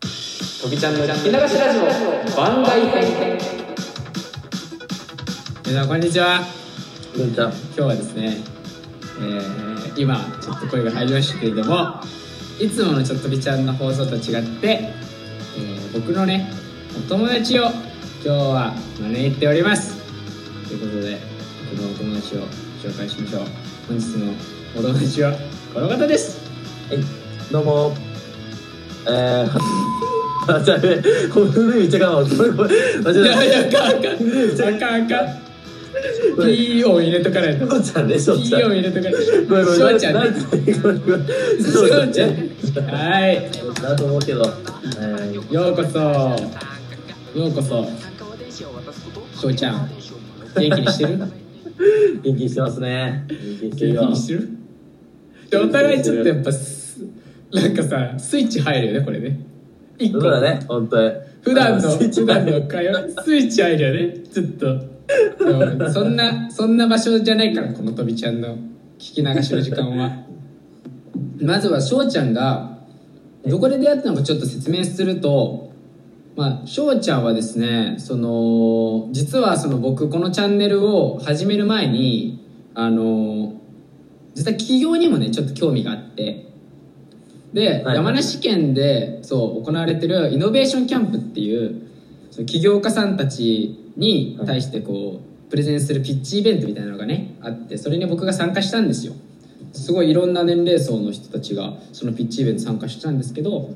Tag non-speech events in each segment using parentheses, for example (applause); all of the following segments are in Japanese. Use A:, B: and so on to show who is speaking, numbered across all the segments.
A: とびちゃんの聞き流しラジオ番外編皆さんこんにちは
B: こんにちは。
A: 今日はですね、えー今ちょっと声が入りましたけれどもいつものちょっとびちゃんの放送と違って、えー僕のねお友達を今日は招いておりますということで僕のお友達を紹介しましょう本日のお友達はこの方です
B: どうも。えー、 (laughs) あ、じゃあね、この古いめっちゃかも。ごめんごめん間違
A: い
B: えた
A: やいやあかんあかんあかんあかん
B: ごめん
A: ピー音入れとかないと
B: しょうちゃんね、し
A: ピ
B: ょうちゃん。
A: ー音入れとかないとし
B: ご
A: ょ
B: めんごめん。
A: うちゃん
B: なん
A: ね
B: てごめんごめん
A: し
B: しょう
A: ょう
B: ち
A: ち
B: ゃ
A: ゃ
B: ん
A: ん
B: ね。
A: はい
B: だと思うけど。はい
A: ようこそようこそ翔ちゃん元気にしてる
B: 元気にしてますね。元気にしてるよ。
A: 元気にしてるでお互いちょっとやっぱすなんかさスイッチ入るよねこれね一個
B: そうだね、本当に。
A: 普段の
B: スイッチ
A: 普段の会話スイッチ入るよねちょっとでもそんなそんな場所じゃないからこのとびちゃんの聞き流しの時間はまずは翔ちゃんがどこで出会ったのかちょっと説明するとまあ翔ちゃんはですねその実はその僕このチャンネルを始める前にあの実は起業にもねちょっと興味があってで、
B: はい
A: 山梨県でそう行われてるイノベーションキャンプっていうその起業家さんたちに対してこうプレゼンするピッチイベントみたいなのがねあってそれに僕が参加したんですよすごいいろんな年齢層の人たちがそのピッチイベント参加したんですけど、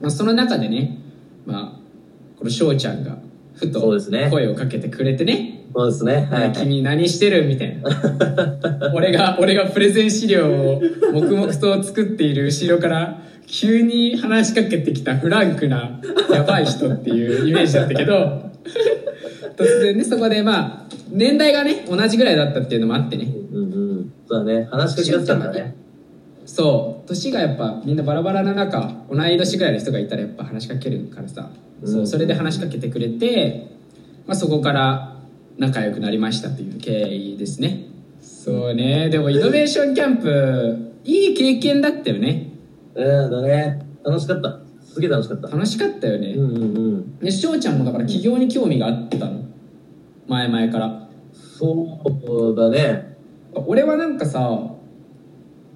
A: まあ、その中でね、まあ、この翔ちゃんがふと
B: そうですね
A: 声をかけてくれてね
B: そうですね。はい。
A: 君何してるみたいな
B: (laughs)
A: 俺が俺がプレゼン資料を黙々と作っている後ろから急に話しかけてきたフランクなやばい人っていうイメージだったけ
B: (laughs)
A: ど突然ねそこでまあ年代がね同じぐらいだったっていうのもあってね
B: うんうん。そうだね。話しかけだったんだね。
A: (laughs) そう年がやっぱみんなバラバラな中同い年ぐらいの人がいたらやっぱ話しかけるからさ、そううんそれで話しかけてくれて、まあ、そこから仲良くなりましたという経緯ですねそうねでもイノベーションキャンプいい経験だったよね
B: うん、だね。楽しかった。すげえ楽しかった。
A: 楽しかったよね、
B: うんうんうん。
A: で翔ちゃんもだから起業に興味があったの前々から
B: そうだね。
A: 俺はなんかさ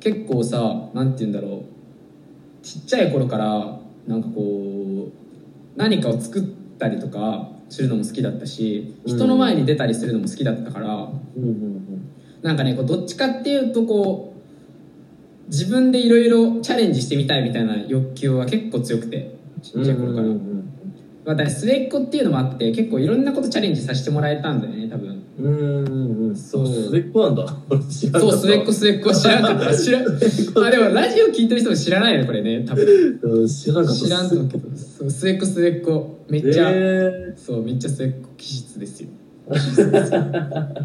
A: 結構さなんて言うんだろうちっちゃい頃からなんかこう何かを作ったりとかするのも好きだったし
B: うん
A: 人の前に出たりするのも好きだったから、
B: うんうん
A: なんかねこうどっちかっていうとこう自分でいろいろチャレンジしてみたいみたいな欲求は結構強くてち
B: う
A: っ
B: ん。
A: ちゃい頃から、
B: うんうん
A: まあだから末っ子っていうのもあって結構いろんなことチャレンジさせてもらえたんだよね多分。
B: うん。うんうんうん。
A: そう
B: 末っ子なんだ。俺知らなか
A: そ
B: っ
A: う
B: た
A: 末っ子末っ子知らなかった知らあでもラジオ聞いてる人も知らないよこれね多分
B: うん知らなかった。
A: 知らんと思うけどそう末っ子末っ子めっちゃ、
B: え
A: そうめっちゃ末っ子気質ですよ
B: ー、そっかそっか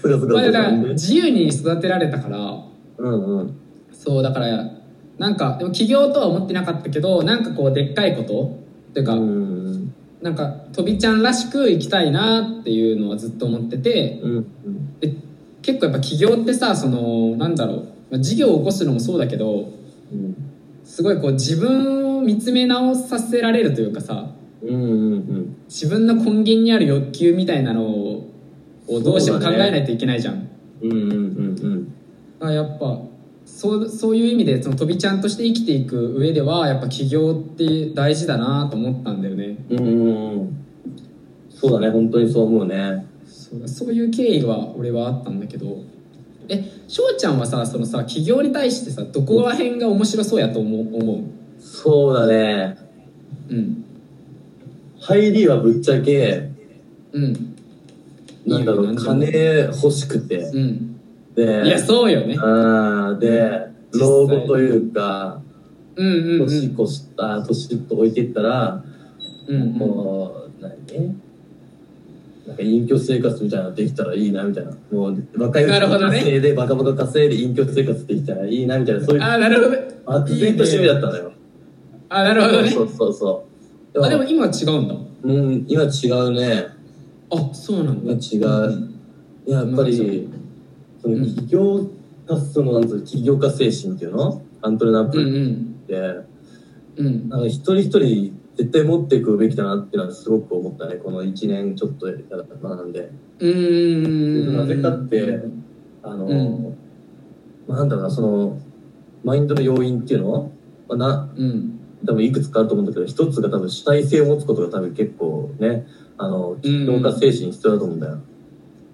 A: まあ
B: そ
A: だか
B: っから
A: 自由に育てられたから
B: うんうん。
A: そうだからなんかでも起業とは思ってなかったけどなんかこうでっかいことっていうか、
B: うん
A: なんかとびちゃんらしく生きたいなっていうのはずっと思ってて
B: うんうん。
A: で結構やっぱ起業ってさそのなんだろうまあ事業を起こすのもそうだけど
B: うん
A: すごいこう自分を見つめ直させられるというかさ
B: うんうん
A: 自分の根源にある欲求みたいなのををどうしても考
B: そうだね
A: えないといけないじゃんだ,、
B: うんうんうんうん
A: からやっぱそうそういう意味でそのとびちゃんとして生きていく上ではやっぱ起業って大事だなと思ったんだよね
B: うんうんうん。そうだね、本当にそう思うね。
A: そうそういう経緯は俺はあったんだけどえしょうちゃんはさそのさ起業に対してさどこら辺が面白そうやと思う思
B: そうだね。
A: ううん
B: 入りはぶっちゃけ、
A: うん
B: なんだろ、
A: いいうよ何でも
B: 金欲しくて。
A: うん
B: で、
A: いやそうよね
B: あーで、
A: 実際
B: 老後というか、
A: うんうんうん
B: 年越した、年と置いてったら、
A: うんうん
B: もう、何なんか隠居生活みたいなのできたらいいなみたいな。もう、若いうち
A: なるほ
B: に
A: どね
B: 稼いで、バカバカ稼いで隠居生活できたらいいなみたいな、そういう、
A: あーなるほどね
B: 漠然と趣味だったのよ。
A: あーなるほどね
B: そうそうそう。
A: あでも今違うんだ
B: うん、今違うね。
A: あそうなんだ
B: 今違う。いややっぱり、そ
A: うん
B: の起業家、その、なんつうの起業家精神っていうのアントレナ
A: うんう
B: プ
A: ん
B: って、
A: うん
B: なんか一人一人絶対持っていくべきだなってのはすごく思ったねこの1年ちょっと学んで
A: うーん
B: なぜかってあの、
A: うん
B: まあ、なんだろうなそのマインドの要因っていうのはな
A: うん
B: 多分いくつかあると思うんだけど一つが多分主体性を持つことが多分結構ねあの起動化精神必要だと思うんだよ、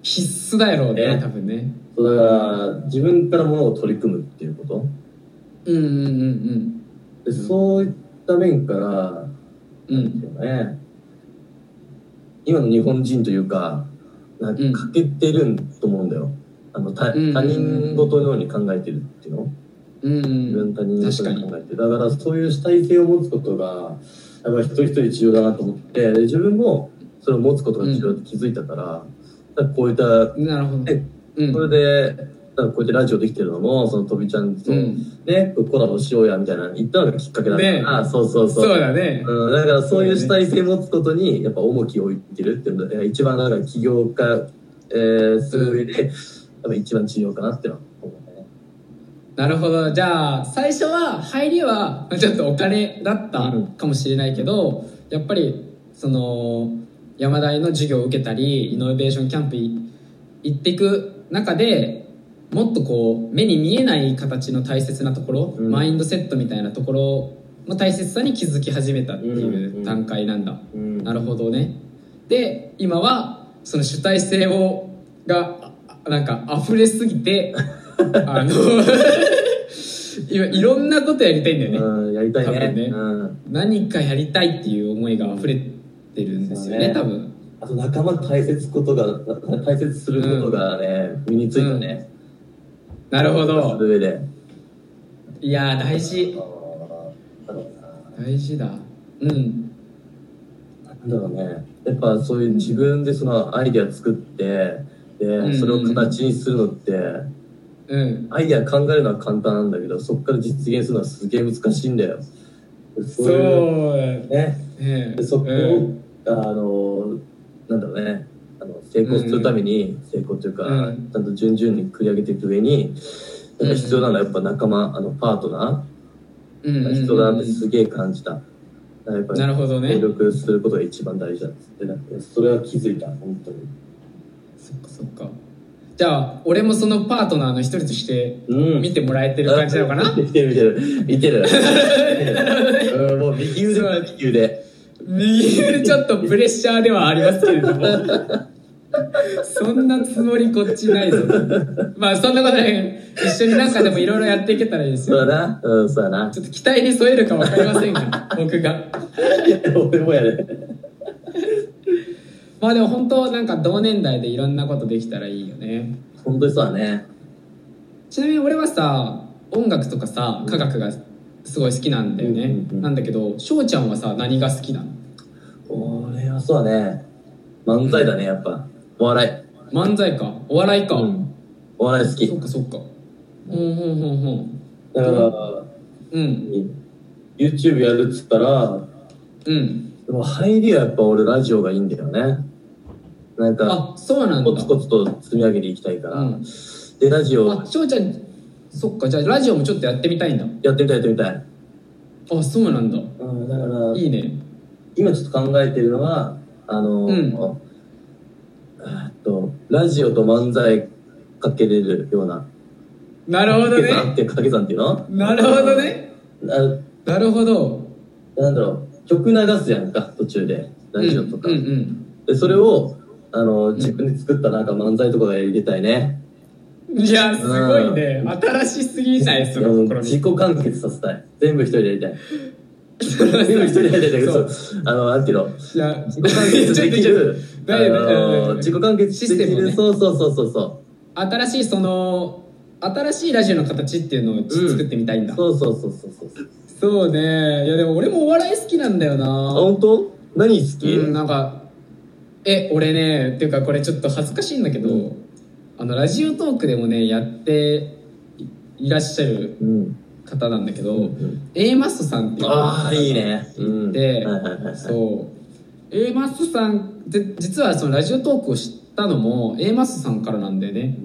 A: 必須だよね
B: ね
A: 多分ね
B: そうだから自分からものを取り組むっていうこと
A: うんうんうん
B: でそういった面から
A: うんう
B: なん
A: ん
B: ていうのかね今の日本人というかなん
A: うん
B: か欠けてると思うんだよ、あの他
A: うん
B: 他人事のように考えてるっていうの
A: うん
B: 自
A: う
B: 分
A: ん
B: 他人事のように考えてるだからそういう主体性を持つことがやっぱり一人一人重要だなと思ってで自分もそれを持つことが重要だって気づいたから,、こういった
A: なるほど
B: え
A: うん
B: それでなんかこうやってラジオできてるのもそのとびちゃんと
A: う
B: ね、
A: ん
B: コラボしようやみたいなの言ったのがきっかけだったから、
A: ね
B: そうそうそう
A: そうだね
B: うん、だからそういう主体性持つことにやっぱ重きを置いてるっていうのが一番だから起業家、えー、する上で
A: (laughs)
B: やっぱ一番重要かなっていうのは思うね。
A: なるほどじゃあ最初は入りは (laughs) ちょっとお金だったかもしれないけど、やっぱりその山大の授業を受けたりイノベーションキャンプい行っていく中でもっとこう目に見えない形の大切なところ、
B: うん
A: マインドセットみたいなところの大切さに気づき始めたって
B: うんう
A: いうん段階なんだ、
B: うん
A: なるほどねで今はその主体性をがあなんか溢れすぎて
B: (laughs)
A: あの (laughs) いわいろんなことやりたいんだよね、
B: うん、やりたい
A: 多
B: ね。
A: 分ね
B: うん、
A: 何かやりたいっていう思いが溢れてるんですよね
B: そ
A: 多
B: う
A: 分
B: あと仲間と大切ことが大切することがね、身についたね。
A: なるほ
B: す
A: ど
B: る上で。
A: いやー大事
B: あの
A: 大事だうん
B: なんだろうね。やっぱそういう自分でそのアイデア作って
A: うん
B: でそれを形にするのって。
A: うん
B: アイデア考えるのは簡単なんだけどそこから実現するのはすげえ難しいんだよ
A: そ
B: そういう
A: う
B: ね
A: ね
B: でそこを、
A: うん
B: あのなんだろうねあの成功するために、成功というか、
A: うん
B: ちゃんと順々に繰り上げていく上にやっぱ必要なのはやっぱ仲間あのパートナ
A: うん
B: ー
A: う
B: が
A: ん
B: 必要だなってすげえ感じた、だからやっぱ
A: なるほどね
B: 協力することが一番大事だっつってなんかそれは気づいた本当に
A: そっかそっかじゃあ俺もそのパートナーの一人として
B: うん
A: 見てもらえてる感じなのかな
B: 見てる見てる見てる
A: (laughs)
B: うんもう右腕は右腕
A: 右腕ちょっとプレッシャーではありますけれどもそんなつもりこっちないぞまあそんなことない一緒になんかでもいろいろやっていけたらいいです
B: そう
A: よ
B: だな。うん、そうだな。
A: ちょっと期待に添えるか分かりません
B: (laughs)
A: が僕が
B: 俺もやる。
A: まあでも本当なんか同年代でいろんなことできたらいいよね
B: 本当にそうだね。
A: ちなみに俺はさ音楽とかさ科学がすごい好きなんだよね、
B: うんうんうん
A: なんだけど翔ちゃんはさ何が好きなの
B: 俺はそうだね。漫才だね、やっぱ。お笑
A: 漫才かお笑い
B: い。
A: か、
B: うん。お笑い好き
A: そ。っかそっかほんほんほんほん
B: だから、
A: うん、
B: YouTube やるっつったら、
A: うん。
B: でも入りはやっぱ俺ラジオがいいんだよね。なんか、
A: あ、そうなんだ。
B: コツコツと積み上げていきたいから。
A: うん
B: で、ラジオ
A: あ、翔ちゃん、そっか、じゃあラジオもちょっとやってみたいんだ。
B: やってみたい、やってみたい。
A: あ、そうなんだ。
B: うん、だから、
A: いいね。
B: 今ちょっと考えてるのはあの、
A: うん
B: えーっとラジオと漫才かけれるような
A: なるほど
B: 掛け算っ
A: ね。
B: て掛け算っていうの
A: なるほどね。
B: あ
A: なるほど。
B: なんだろう曲流すやんか途中でラジオとか、
A: うんうん
B: でそれをあの自分で作ったなんか漫才とかが入れたいね、
A: うん。いや、すごいね。新しすぎない、その
B: うん、
A: 試
B: 自
A: み。
B: 己完結させたい全部一人でや
A: (laughs)
B: りたい全部一人でやりたいけどそうあのなんていうの
A: いや、
B: 自己完結で
A: (laughs)
B: き
A: ちょっとちょ
B: る
A: っと大丈夫大丈
B: あ
A: 夫大丈夫
B: の自己完結
A: シス
B: で
A: テ
B: き
A: ムを
B: る、
A: ね
B: そうそうそうそうそう
A: 新しい、その、新しいラジオの形っていうのをち
B: うん
A: 作ってみたいんだ。
B: そうそうそうそうそう。
A: そうね。いや、でも俺もお笑い好きなんだよ
B: あ、
A: な。
B: 本当？何好き？
A: うん、なんかえ俺ねっていうかこれちょっと恥ずかしいんだけど、
B: う
A: あのラジオトークでもねやっていいらっしゃる
B: うん。
A: 方なんだけど、
B: うん
A: A マストさんっていう
B: ああいいね。うん。
A: で
B: はいはいはいはい。
A: そう A マストさんで実はそのラジオトークを知ったのも A マストさんからなんだよね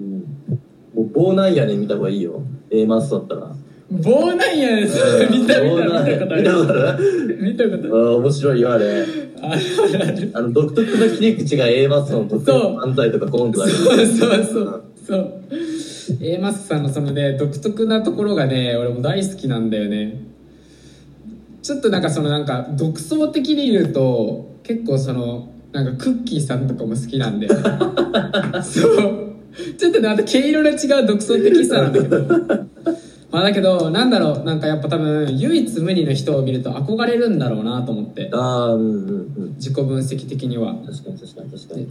B: うんもう棒なんやね見た方がいいよ。A マスだったら。
A: (laughs) 棒なんやねんそれ見た見た見たことあ
B: 見た
A: る
B: ことある
A: 見たことあ
B: あ
A: る
B: ー面白いよあれ
A: あるある
B: あの独特の切り口が A マスの独特の漫才とかコントだけど
A: そうそうそうそう。A マスさんのそのね独特なところがね俺も大好きなんだよね。ちょっとなんかそのなんか独創的に言うと結構そのなんかクッキーさんとかも好きなんで。そう。ちょっとねあと毛色の違う独創的さなんだけど。まあだけどなんだろうなんかやっぱ多分唯一無二の人を見ると憧れるんだろうなと思って
B: ああうんうんうん
A: 自己分析的には。
B: 確かに確かに確かに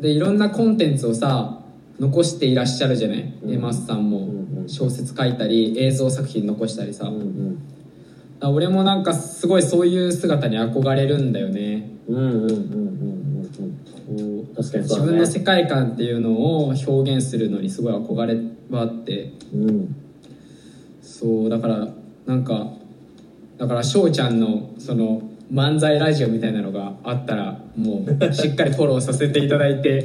A: でいろんなコンテンツをさ残していらっしゃるじゃない、
B: うん
A: エマスさんも
B: うんうん
A: 小説書いたり映像作品残したりさ、
B: う
A: だか
B: ん
A: ら俺もなんかすごいそういう姿に憧れるんだよね
B: うんうんうんうんうんうんうん確かに
A: 自
B: そうだ
A: 分
B: ね
A: の世界観っていうのを表現するのにすごい憧れはあって
B: うん
A: そうだからなんかだから翔ちゃんのその漫才ラジオみたいなのがあったらもうしっかりフォローさせていただい
B: (laughs)
A: て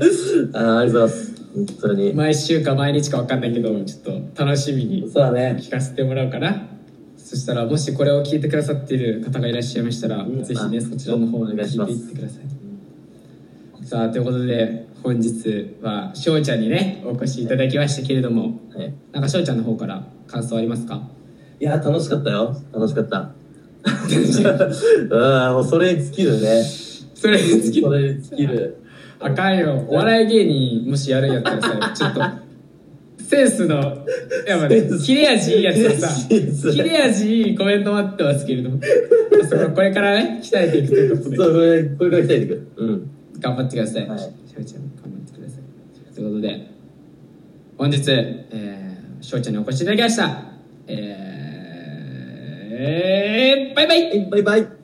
B: あーありがとうございます本当に
A: 毎週か毎日か分かんないけどちょっと楽しみに
B: そうだね
A: 聞かせてもらおうかなそしたらもしこれを聞いてくださっている方がいらっしゃいましたら、
B: うん
A: ぜひね
B: あ
A: そちらの方
B: お
A: に
B: 願いし
A: 聞
B: ま
A: いて
B: す
A: いってくださいさあということで本日はしょうちゃんにねお越しいただきましたけれども
B: はい
A: なんかしょうちゃんの方から感想ありますか
B: いやー楽しかったよ楽しかったうんもうそれに尽きるね
A: それにつき
B: それ (laughs) に尽きる
A: (laughs) あかんよお笑い芸人もしやるんやったらさちょっとセンスのやっぱね切れ味いいやつがさ
B: センス
A: 切れ味いいコメント待ってますけれども (laughs) それをこれからね鍛えていくということで
B: そうこれこれから来たいんだけどうん
A: 頑張ってください。
B: はい
A: しょうちゃんも頑張ってください。ということで、本日、えー、しょうちゃんにお越しいただきました。えー、バイバイ
B: はいバイバイ